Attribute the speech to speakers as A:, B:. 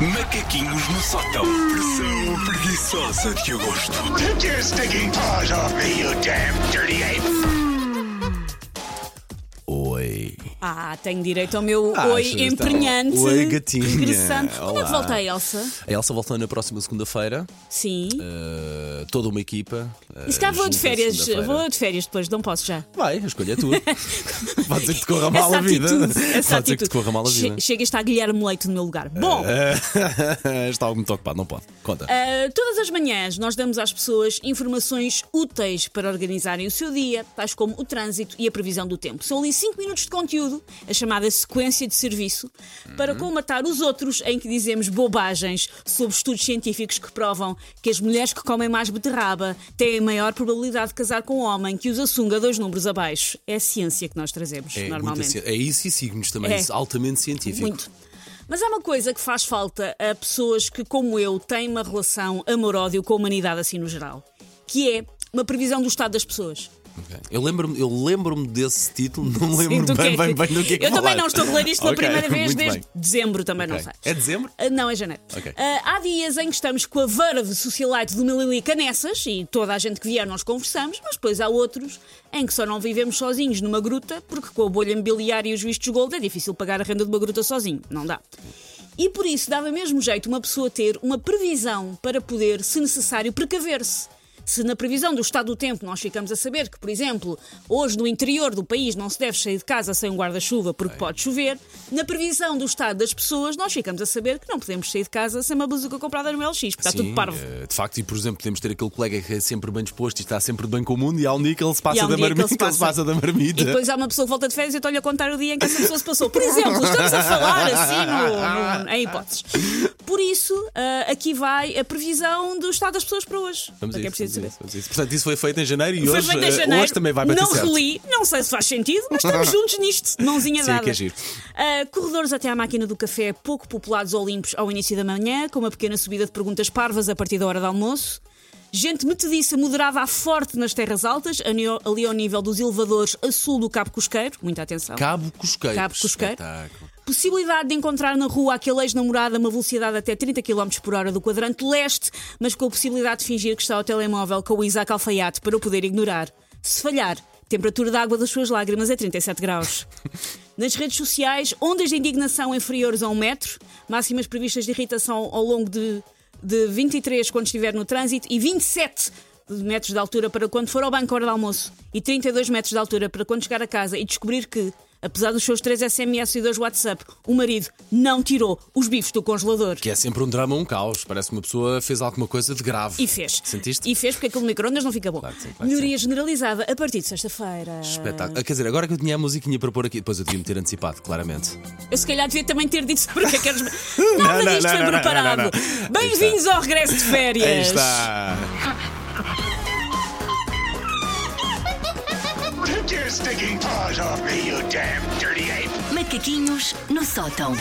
A: Macaquinhos no sótão. Pressão preguiçosa de agosto.
B: Take your stinking paws off me, you damn dirty ape!
C: Oi.
D: Ah, tenho direito ao meu
C: Ah,
D: oi
C: justo.
D: emprenhante.
C: Oi, gatinha.
D: Regressante. Quando é que
C: Olá.
D: volta a Elsa?
C: A Elsa volta na próxima segunda-feira.
D: Sim.
C: eh, toda uma equipa. eh,
D: e se cá vou de
C: junta
D: férias.
C: segunda-feira.
D: Vou de férias depois, não posso já.
C: Vai, a escolha é tua. Pode ser que te corra mal a vida. Pode ser que te corra mal a vida. Ah,
D: Che- Chega está a Guilherme Leite no meu lugar. Bom.
C: Eh, Está muito ocupado, não pode. Conta.
D: Uh, todas as manhãs nós damos às pessoas informações úteis para organizarem o seu dia, tais como o trânsito e a previsão do tempo. São ali 5 minutos de conteúdo, a chamada sequência de serviço, para
C: Uhum.
D: comatar os outros em que dizemos bobagens sobre estudos científicos que provam que as mulheres que comem mais beterraba têm maior probabilidade de casar com um homem que usa sunga dois números abaixo. É a ciência que nós trazemos,
C: é,
D: normalmente.
C: muito ci- é isso e signos também.
D: É.
C: Isso, altamente científico.
D: Muito. Mas há uma coisa que faz falta a pessoas que, como eu, têm uma relação amor-ódio com a humanidade assim no geral, que é uma previsão do estado das pessoas.
C: Ok. Eu lembro-me eu lembro desse título, não me
D: Sim,
C: lembro
D: do que
C: bem,
D: é
C: bem,
D: que-
C: bem do que é que
D: Eu também
C: falaste.
D: não estou a ler isto pela
C: Ok,
D: primeira vez
C: muito
D: desde
C: bem.
D: dezembro, também não
C: Ok.
D: sei.
C: É dezembro?
D: Ah, Não, é janeiro.
C: Ok.
D: Ah, há dias em que estamos com a verve socialite do Mililica nessas e toda a gente que vier nós conversamos, mas depois há outros em que só não vivemos sozinhos numa gruta porque com a bolha imobiliária e os vistos gold é difícil pagar a renda de uma gruta sozinho. Não dá. E por isso dava mesmo jeito uma pessoa ter uma previsão para poder, se necessário, precaver-se. Se na previsão do estado do tempo nós ficamos a saber que, por exemplo, hoje no interior do país não se deve sair de casa sem um guarda-chuva porque pode chover, na previsão do estado das pessoas nós ficamos a saber que não podemos sair de casa sem uma blusa comprada no LX, porque está
C: Sim,
D: tudo parvo.
C: eh, De facto, e por exemplo, podemos ter aquele colega que é sempre bem disposto e está sempre de bem com o mundo, e há um dia que ele se
D: E há
C: passa,
D: um
C: da,
D: dia que ele
C: marmita,
D: se
C: ele se passa da marmita.
D: E depois há uma pessoa que volta de férias e eu estou-lhe a contar o dia em que essa pessoa se passou. Por exemplo, estamos a falar assim no, no- em hipóteses. Por isso, ah, aqui vai a previsão do estado das pessoas para hoje. é
C: Vamos
D: Para
C: a
D: quem
C: isso, vamos a
D: precisa saber.
C: isso, vamos a isso. Portanto, isso foi feito em janeiro e
D: Foi
C: hoje,
D: feito
C: eh,
D: em janeiro.
C: hoje também vai bater
D: Não
C: certo.
D: reli, não sei se faz sentido, mas estamos juntos nisto, mãozinha
C: Sim,
D: dada.
C: que é giro.
D: Ah, corredores até à máquina do café, pouco populados ou limpos ao início da manhã, com uma pequena subida de perguntas parvas a partir da hora do almoço. Gente metediça moderada a forte nas terras altas, a neo- ali ao nível dos elevadores a sul do Cabo Cusqueiro, muita atenção.
C: Cabo Cusqueiro.
D: Cabo Cusqueiro.
C: Espetáculo.
D: Possibilidade de encontrar na rua aquele ex-namorado a uma velocidade até 30 km por hora do quadrante leste, mas com a possibilidade de fingir que está ao telemóvel com o Isaac Alfaiate para o poder ignorar. Se falhar, temperatura da água das suas lágrimas é 37 graus. Nas redes sociais, ondas de indignação inferiores a um metro, máximas previstas de irritação ao longo de, de 23 quando estiver no trânsito e 27 metros de altura para quando for ao banco à hora de almoço e 32 metros de altura para quando chegar a casa e descobrir que, apesar dos seus 3 SMS e 2 WhatsApp, o marido não tirou os bifes do congelador.
C: Que é sempre um drama, um caos. Parece que uma pessoa fez alguma coisa de grave.
D: E fez.
C: Sentiste?
D: E fez porque aquele micro-ondas não fica bom.
C: Claro que sim, claro que
D: Melhoria generalizada a partir de sexta-feira.
C: Espetáculo. Ah, Quer dizer, agora que eu tinha a musiquinha para pôr aqui, depois eu devia me ter antecipado, claramente.
D: Eu se calhar devia também ter dito porque é que eles. Nada
C: Não, não,
D: disto
C: não,
D: foi
C: não, não,
D: preparado.
C: não, não, não.
D: Bem-vindos ao regresso de férias.
C: Aí está.
B: Take your stinking paws off me, you damn dirty ape!
E: Macaquinhos no sótão.